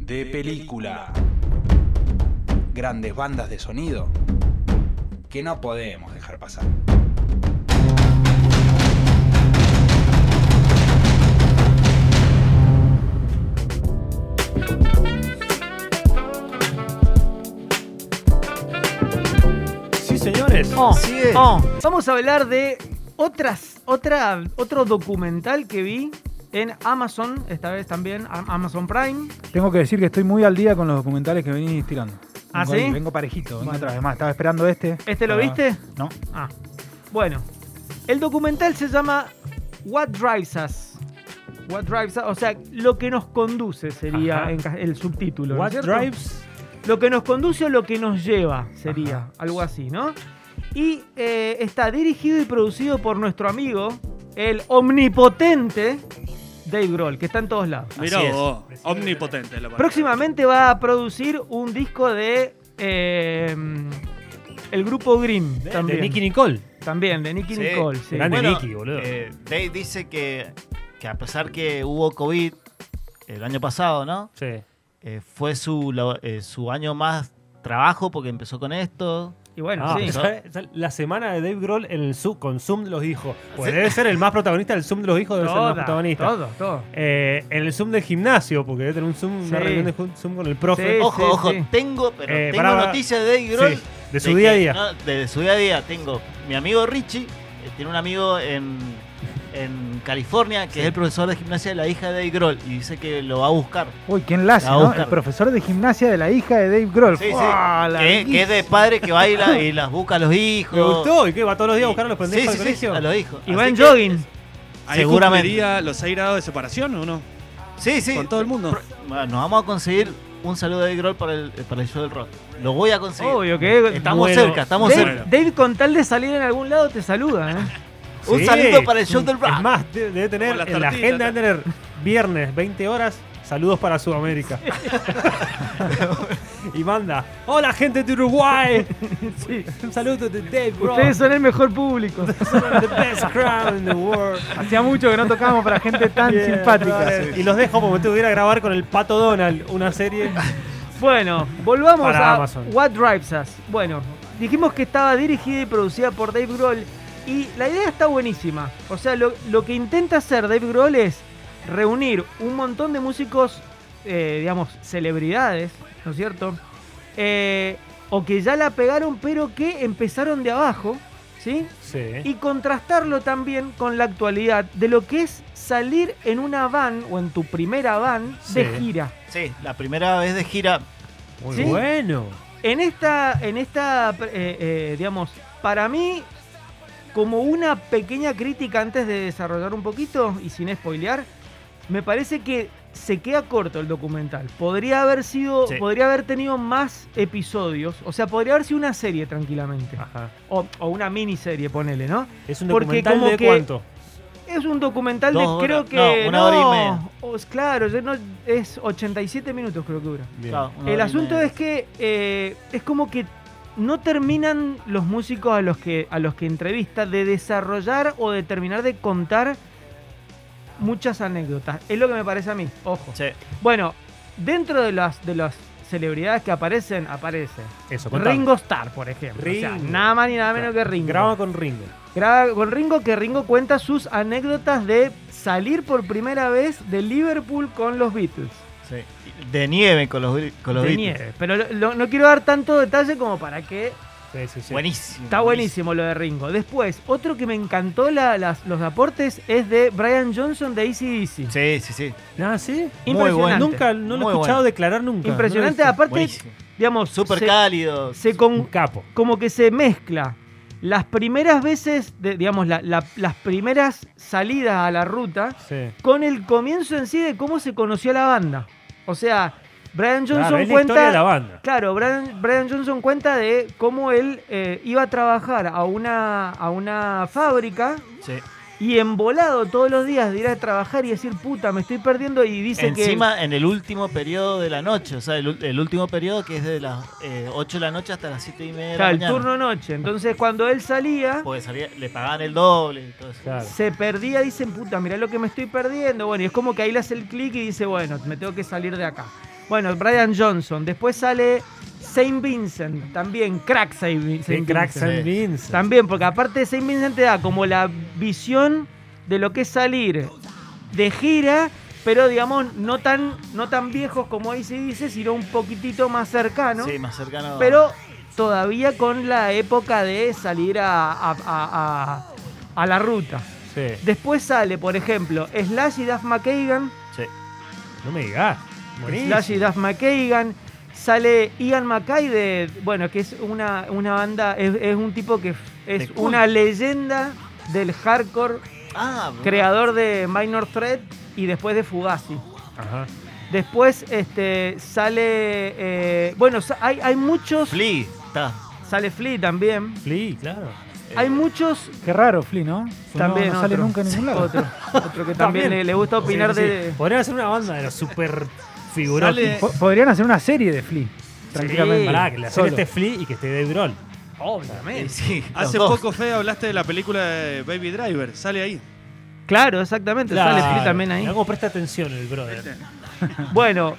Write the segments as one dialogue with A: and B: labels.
A: de película. Grandes bandas de sonido que no podemos dejar pasar.
B: Sí, señores.
C: Oh,
B: Así es.
C: oh. Vamos a hablar de otras, otra, otro documental que vi en Amazon, esta vez también, a- Amazon Prime.
D: Tengo que decir que estoy muy al día con los documentales que venís tirando.
C: ¿Ah,
D: Vengo-
C: sí?
D: Vengo parejito, vengo
C: Bueno.
D: otra vez más. Estaba esperando este.
C: ¿Este lo
D: para-
C: viste?
D: No.
C: Ah, bueno. El documental se llama What Drives Us. What Drives Us, o sea, lo que nos conduce sería
B: Ajá.
C: en ca- el subtítulo. ¿no
B: What
C: es cierto?
B: drives?
C: Lo que nos conduce o lo que nos lleva sería,
D: Ajá.
C: algo así, ¿no? Y eh, está dirigido y producido por nuestro amigo, el omnipotente Dave Grohl, que está en todos lados.
E: Mirá
B: Así es.
E: vos, omnipotente la palabra.
C: Próximamente va a producir un disco de eh, el grupo Grimm
B: De,
C: también.
B: de Nicky Nicole.
C: También, de Nicky
F: Sí.
C: Nicole. sí.
B: Grande
F: Bueno,
B: Nicky, boludo.
F: Eh, Dave dice que, que a pesar que hubo COVID el año pasado, ¿no?
B: sí.
F: Eh, fue su, la- eh, su año más trabajo porque empezó con esto.
C: Y bueno,
B: Ah,
C: sí.
B: ¿sabes? La semana de Dave Grohl en el Zoom, con Zoom de los hijos. Pues debe ser el más protagonista, el Zoom de los hijos debe ser el más
C: Toda,
B: protagonista.
C: todo, todo.
B: Eh, en el Zoom del gimnasio, porque debe tener un Zoom, una
C: Sí.
B: reunión de ju- Zoom con el profe.
C: Sí,
F: Ojo,
C: sí,
F: ojo,
C: sí.
F: tengo, pero
B: Eh,
F: tengo
B: pará, pará.
F: noticias de Dave Grohl.
B: Sí, de su
F: de
B: día a
F: que-
B: día.
F: no, de, de su día a día tengo mi amigo Richie, eh, tiene un amigo en, en California que es el profesor de gimnasia de la hija de Dave Grohl y dice que lo va a buscar.
D: Uy, qué enlace,
F: La voy a
D: ¿no?
F: buscar.
D: El profesor de gimnasia de la hija de Dave Grohl.
F: Sí, sí.
D: ¡Fua, la
F: que, que es de padre que baila y las busca a los hijos.
B: Me gustó, ¿y qué? ¿Va todos los días a buscar a los
F: Sí,
B: pendejos
F: sí,
B: al
F: sí,
B: colegio?
F: a los hijos.
C: Y
F: Así
C: va en
F: que-
C: jogging.
E: Ahí
F: seguramente.
E: cumpliría los 6 grados de separación o no?
F: Sí, sí.
E: Con todo el mundo.
F: Pro- Bueno, nos vamos a conseguir un saludo de Dave Grohl para el, eh, para el show del rock. Lo voy a conseguir.
C: Obvio que
F: Estamos
B: Bueno,
F: cerca, estamos
C: Dave,
F: cerca.
C: Dave, con tal de salir en algún lado, te saluda. ¿eh?
F: Un
B: Sí.
F: saludo para el show del rock.
B: Es más, de- debe tener
E: Como las
B: en la
E: tortitas,
B: agenda, debe tener viernes, 20 horas, saludos para Sudamérica. y manda, hola gente de Uruguay. Un saludo de Dave Grohl.
C: Ustedes son el mejor público.
B: son the best crowd in the world.
D: Hacía mucho que no tocábamos para gente tan
B: Bien,
D: simpática.
B: brother. Y los dejo como tuviera que grabar con el Pato Donald una serie.
C: Bueno, volvamos
B: Para
C: a
B: Amazon.
C: What Drives Us. Bueno, dijimos que estaba dirigida y producida por Dave Grohl y la idea está buenísima. O sea, lo, lo que intenta hacer Dave Grohl es reunir un montón de músicos, eh, digamos, celebridades, ¿no es cierto? Eh, o que ya la pegaron pero que empezaron de abajo, ¿sí?
B: Sí.
C: y contrastarlo también con la actualidad de lo que es salir en una van o en tu primera van de
B: Sí.
C: gira.
F: Sí, la primera vez de gira.
B: Muy
C: ¿Sí?
B: bueno.
C: En esta, en esta eh, eh, digamos, para mí, como una pequeña crítica antes de desarrollar un poquito y sin spoilear, me parece que se queda corto el documental. Podría haber sido,
F: Sí.
C: podría haber tenido más episodios, o sea, podría haber sido una serie tranquilamente,
F: Ah.
B: Ajá.
C: o, o una miniserie, ponele, ¿no?
B: Es un
C: Porque
B: documental
C: como
B: de
C: que-
B: cuánto.
C: Es un documental de
F: Dos horas.
C: creo que.
F: No, una hora y media.
C: O- claro, yo no- es 87 minutos creo que dura.
B: Bien.
F: Claro, una
C: El
F: hora y
C: asunto
F: media.
C: es que eh, es como que no terminan los músicos a los que a los que entrevista de desarrollar o de terminar de contar muchas anécdotas. Es lo que me parece a mí. Ojo.
F: Sí.
C: Bueno, dentro de las de las celebridades que aparecen, aparece
B: Eso, contame.
C: Ringo Starr, por ejemplo. O sea,
B: Ringo.
C: nada más ni nada menos que Ringo.
B: Graba con Ringo.
C: Graba con Ringo que Ringo cuenta sus anécdotas de salir por primera vez de Liverpool con los Beatles.
F: Sí. De nieve con los, con los
C: de
F: Beatles.
C: nieve. Pero lo- lo- no quiero dar tanto detalle como para que...
B: Sí, sí, sí.
F: Buenísimo.
B: Mm.
C: Está buenísimo lo de Ringo. Después, otro que me encantó la- las- los aportes es de Brian Johnson de ACDC.
F: Sí, sí, sí.
B: Ah, sí.
C: Impresionante.
F: bueno.
B: Nunca, no lo
F: Muy
B: he escuchado
F: bueno.
B: declarar nunca.
C: Impresionante,
B: No lo he visto.
C: aparte,
F: Buenísimo.
C: digamos,
F: Súper
C: se-
F: cálido.
C: se
B: Un
C: con-
B: capo.
C: como que se mezcla las primeras veces, de- digamos, la- la- las primeras salidas a la ruta
B: Sí.
C: con el comienzo en sí de cómo se conoció la banda. O sea, Brian Johnson
B: Claro, es la historia
C: cuenta.
B: de la banda.
C: Claro, Brian, Brian Johnson cuenta de cómo él eh, iba a trabajar a una, a una fábrica
F: Sí.
C: y embolado todos los días de ir a trabajar y decir, puta, me estoy perdiendo. Y dice
F: Encima en el último periodo de la noche, o sea, el, ul- el último periodo que es de las eh, 8 de la noche hasta las 7 y media
C: que.
F: de
C: Claro,
F: la
C: el
F: mañana.
C: turno noche. Entonces, cuando él salía.
F: Porque salía- le pagaban el doble y todo eso.
B: Claro.
C: Se perdía, dicen, puta, mirá lo que me estoy perdiendo. Bueno, y es como que ahí le hace el clic y dice, bueno, me tengo que salir de acá. Bueno, Brian Johnson. Después sale Saint Vincent. También crack Saint, Vin-
B: Sí,
C: Saint
B: crack
C: Vincent.
B: Saint Vincent.
C: También, porque aparte de Saint Vincent te da como la visión de lo que es salir de gira, pero digamos, no tan, no tan viejos como ahí se dice, sino un poquitito más cercano.
F: Sí, más cercano.
C: Pero todavía con la época de salir a, a- a- a- a la ruta.
B: Sí.
C: Después sale, por ejemplo, Slash y Duff McKagan.
B: No me digas. Buenísimo.
C: Slash y Duff McKagan. Sale Ian McKay de. Bueno, que es una, una banda. Es, es un tipo que f- es
F: De culto.
C: una leyenda del hardcore,
F: Ah,
C: creador de Minor Threat y después de Fugazi.
B: Ajá.
C: Después este, sale. eh, bueno, sa- hay, hay muchos.
F: Flea. Está.
C: Sale Flea también.
B: Flea, claro.
F: Eh,
C: Hay muchos
D: Qué raro, Flea, ¿no? Pues
C: También
D: no, no sale
C: otro.
D: nunca en ningún lado.
C: Otro, otro que también le, le gusta opinar
B: Sí, sí.
C: de.
B: Podrían hacer una banda de los super figurones.
E: Sale-
D: Po- Podrían hacer una serie de Flea. Tranquilamente.
B: Pará, que le hacen
D: Solo.
B: este Flea y que esté Dave Grohl.
F: eh, sí, los
E: Hace
F: dos.
E: poco, Fede, hablaste de la película de Baby Driver. Sale ahí.
C: Claro, exactamente, sale Flea también ahí.
B: Algo presta atención el brother.
C: Bueno,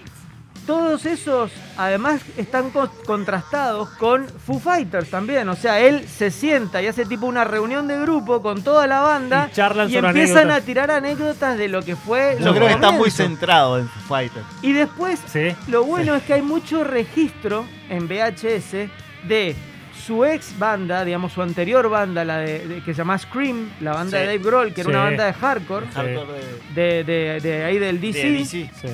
C: todos esos además están co- contrastados con Foo Fighters también. O sea, él se sienta y hace tipo una reunión de grupo con toda la banda
B: Y charlan sobre
C: empiezan
B: anécdotas.
C: a tirar anécdotas de lo que fue.
F: Yo
C: los
F: creo que está muy
C: comienzos.
F: centrado en Foo Fighters.
C: Y después
B: Sí.
C: Lo bueno es que hay mucho registro en VHS de su ex banda, digamos su anterior banda, la de, de- que se llama Scream, la banda
F: Sí.
C: de Dave Grohl, que era una
B: Sí.
C: banda de hardcore,
F: Hardcore
C: de,
F: de-
C: de- de ahí del
F: de
C: DC.
F: DC.
B: Sí.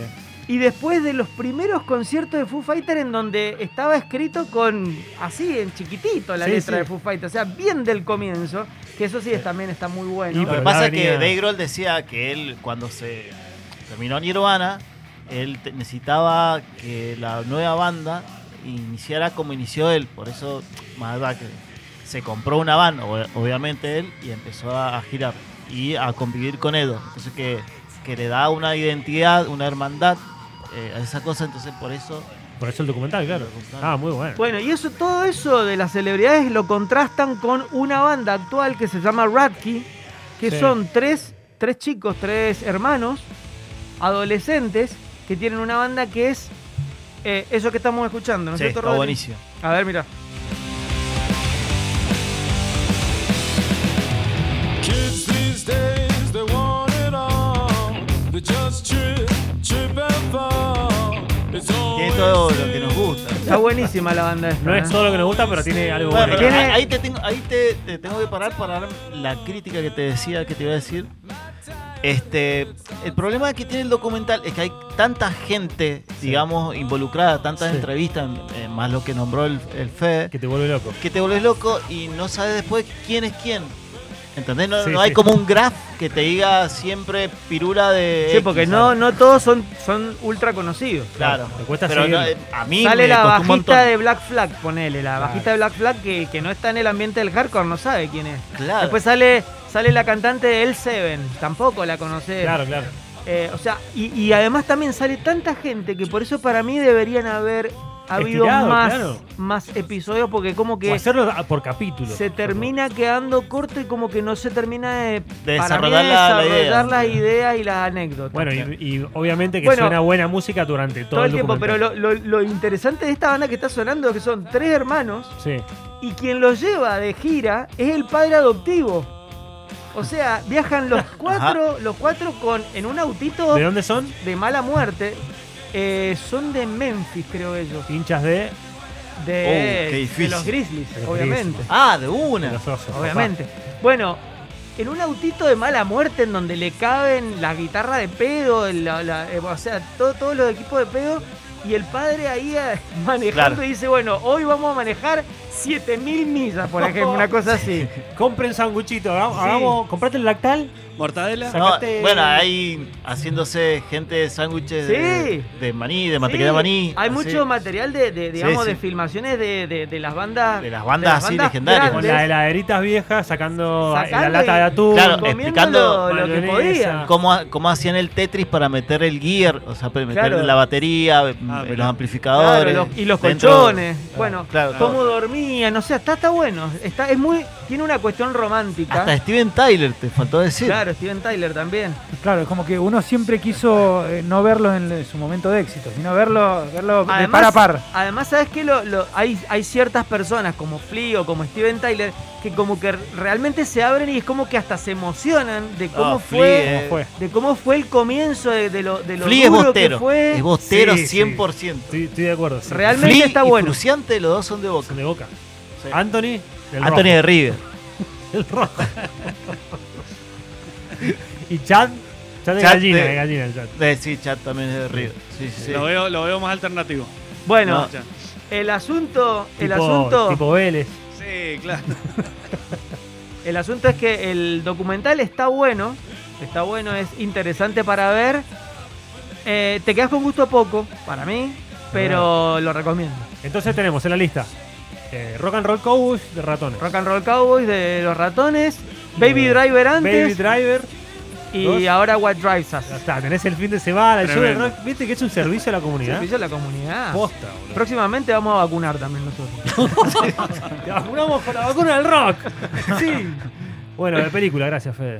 C: Y después de los primeros conciertos de Foo Fighter en donde estaba escrito con así, en chiquitito la
B: Sí,
C: letra
B: sí.
C: de Foo Fighter, o sea, bien del comienzo, que eso sí es- también está muy bueno.
B: Y
F: Lo que
B: pero
F: pasa
B: ya
F: es que
B: venía-
F: Dave Grohl decía que él, cuando se terminó Nirvana, él te- necesitaba que la nueva banda iniciara como inició él. Por eso, más allá que se compró una van, ob- obviamente él, y empezó a, a girar y a convivir con Edo. Entonces, que, que le da una identidad, una hermandad eh, a esa cosa. Entonces, por eso.
B: Por eso el documental, claro. Ah, muy bueno.
C: Bueno, y eso, todo eso de las celebridades lo contrastan con una banda actual que se llama Ratki, que
B: Sí.
C: son tres, tres chicos, tres hermanos, adolescentes, que tienen una banda que es eh, eso que estamos escuchando, ¿no es
F: Sí,
C: cierto,
F: está
C: Rodri?
F: buenísimo.
C: A ver, mira.
G: Kids these days, they want it all. They just trip, trip and fall. It's
F: Tiene
G: always
F: todo lo que nos gusta.
C: Está buenísima la banda esta.
B: No es
C: ¿eh?
B: todo lo que nos gusta, pero tiene algo
F: Bueno,
B: Ah. bueno.
F: pero
C: Tiene-
F: ahí te tengo, ahí te, te tengo que parar para dar la crítica que te decía, que te iba a decir. Este, el problema que tiene el documental es que hay tanta gente, digamos, involucrada, tantas
B: Sí.
F: entrevistas, eh, más lo que nombró el, el Fede,
B: Que te vuelve loco.
F: que te volvés loco y no sabes después quién es quién. ¿Entendés? No,
B: Sí,
F: no hay
B: sí.
F: como un graph que te diga siempre pirula de.
C: Sí,
F: X,
C: porque no,
F: ¿sabes?
C: no todos son, son ultra conocidos.
F: Claro.
B: Te cuesta
F: Pero no,
B: seguirlo.
F: eh, a mí
C: Sale
F: me
C: la
F: costó un montón.
C: bajista de Black Flag, ponele, la
B: Claro.
C: bajista de Black Flag que, que no está en el ambiente del hardcore, no sabe quién es.
F: Claro.
C: Después sale, sale la cantante de El Seven, tampoco la conoces.
B: Claro, claro.
C: Eh, o sea, y, y además también sale tanta gente que por eso para mí deberían haber habido
B: Estirado,
C: más,
B: claro.
C: más episodios porque como
B: O
C: que
B: hacerlo a- por capítulo.
C: se termina quedando corto y como que no se termina de,
F: De
C: para mí,
F: desarrollar la- la
C: desarrollar
F: idea.
C: las ideas y las anécdotas.
B: Bueno, y, y obviamente que
C: Bueno,
B: suena buena música durante todo,
C: todo el tiempo, pero
B: documental.
C: lo, lo- lo interesante de esta banda que está sonando es que son tres hermanos
B: Sí.
C: y quien los lleva de gira es el padre adoptivo. O sea, viajan los cuatro, los cuatro con en un autito
B: ¿De dónde son?
C: de mala muerte. eh, son de Memphis, creo ellos.
B: Hinchas de
F: Oh, qué
C: De, de
F: difícil.
C: los Grizzlies,
B: De los
C: obviamente.
B: Grizzlies.
F: Ah, de una.
B: los osos.
C: Obviamente. Bueno, en un autito de mala muerte en donde le caben la guitarra de pedo, la- la- eh, o sea, todo- todos los equipos de pedo. Y el padre ahí eh, manejando
F: Claro.
C: y dice, bueno, hoy vamos a manejar 7000 millas, por ejemplo, una cosa así.
B: papá. Compren sanguchito. Hagamos, hagamos- comprate el lactal.
E: Mortadela.
F: No,
B: Sacate-
F: bueno, ahí haciéndose gente de sándwiches de,
C: Sí.
F: de maní, de mantequilla de
C: Sí,
F: maní.
C: Hay
F: así.
C: mucho material de, de, digamos,
F: Ah, sí.
C: de filmaciones de, de- de las bandas.
F: De las bandas así legendarias.
B: Con
C: grandes,
B: las heladeritas viejas, sacando, eh,
C: Sacando
B: la lata
C: y-
B: de atún.
F: Claro,
C: comiendo
F: explicando
C: lo, lo que
B: mayonesa.
C: podían.
F: ¿Cómo, ha- cómo hacían el Tetris para meter el gear? O sea, para meter
C: Claro.
F: la batería, eh,
E: Ah,
F: los
E: mirá.
F: amplificadores.
C: Claro, los- y los
F: dentro-
C: colchones. bueno,
F: claro,
C: cómo
F: todo.
C: compañía, no sé, está, está bueno. Está, es muy, tiene una cuestión romántica.
F: Hasta Steven Tyler, te faltó decir.
C: Claro, Steven Tyler también.
D: Claro, es como que uno siempre quiso eh, no verlo en el- su momento de éxito, sino verlo, verlo de par a par.
C: Además, ¿sabes qué? Lo, lo- hay, hay ciertas personas como Flea o como Steven Tyler que como que realmente se abren y es como que hasta se emocionan de cómo
F: Ah,
C: fue.
F: Flea, eh.
B: fue?
C: De cómo fue el comienzo de, de lo, de lo
F: Flea es
C: duro que
F: bostero.
C: fue.
F: Es bostero
B: Sí, sí.
F: 100%.
B: Estoy, estoy de acuerdo. sí.
C: Realmente
F: Flea
C: está
F: y
C: bueno.
F: Cruciante, los dos son de boca.
B: Son de boca.
F: Sí.
B: Anthony, del
F: Anthony de River.
B: rojo. Del rojo. y Chad, Chad de
F: Chad
B: gallina,
F: de-
B: de gallina el Chad.
F: Eh, sí, Chad también es de River. Sí, sí, sí.
E: Lo, veo, lo veo más alternativo.
C: Bueno,
E: Ya.
C: el asunto, el
B: Tipo-
C: asunto,
B: Tipo Vélez.
E: Sí, claro.
C: el asunto es que el documental está bueno, está bueno, es interesante para ver. Eh, te quedas con gusto a poco, para mí, pero lo recomiendo.
B: Entonces tenemos en la lista eh, Rock and Roll Cowboys de ratones. Eh,
C: Rock and Roll Cowboys de los ratones, Baby Driver
B: Baby
C: antes
B: Driver.
C: y
B: dos.
C: ahora What Drives Us.
B: Ya está, tenés el fin de semana, el show del
E: Tremendo.
B: rock. Viste que es un servicio a la comunidad.
C: Servicio a la comunidad.
B: Posta, boludo.
C: Próximamente vamos a vacunar también nosotros.
B: Te vacunamos con la vacuna del rock. Sí. Bueno, de película, gracias, Fede.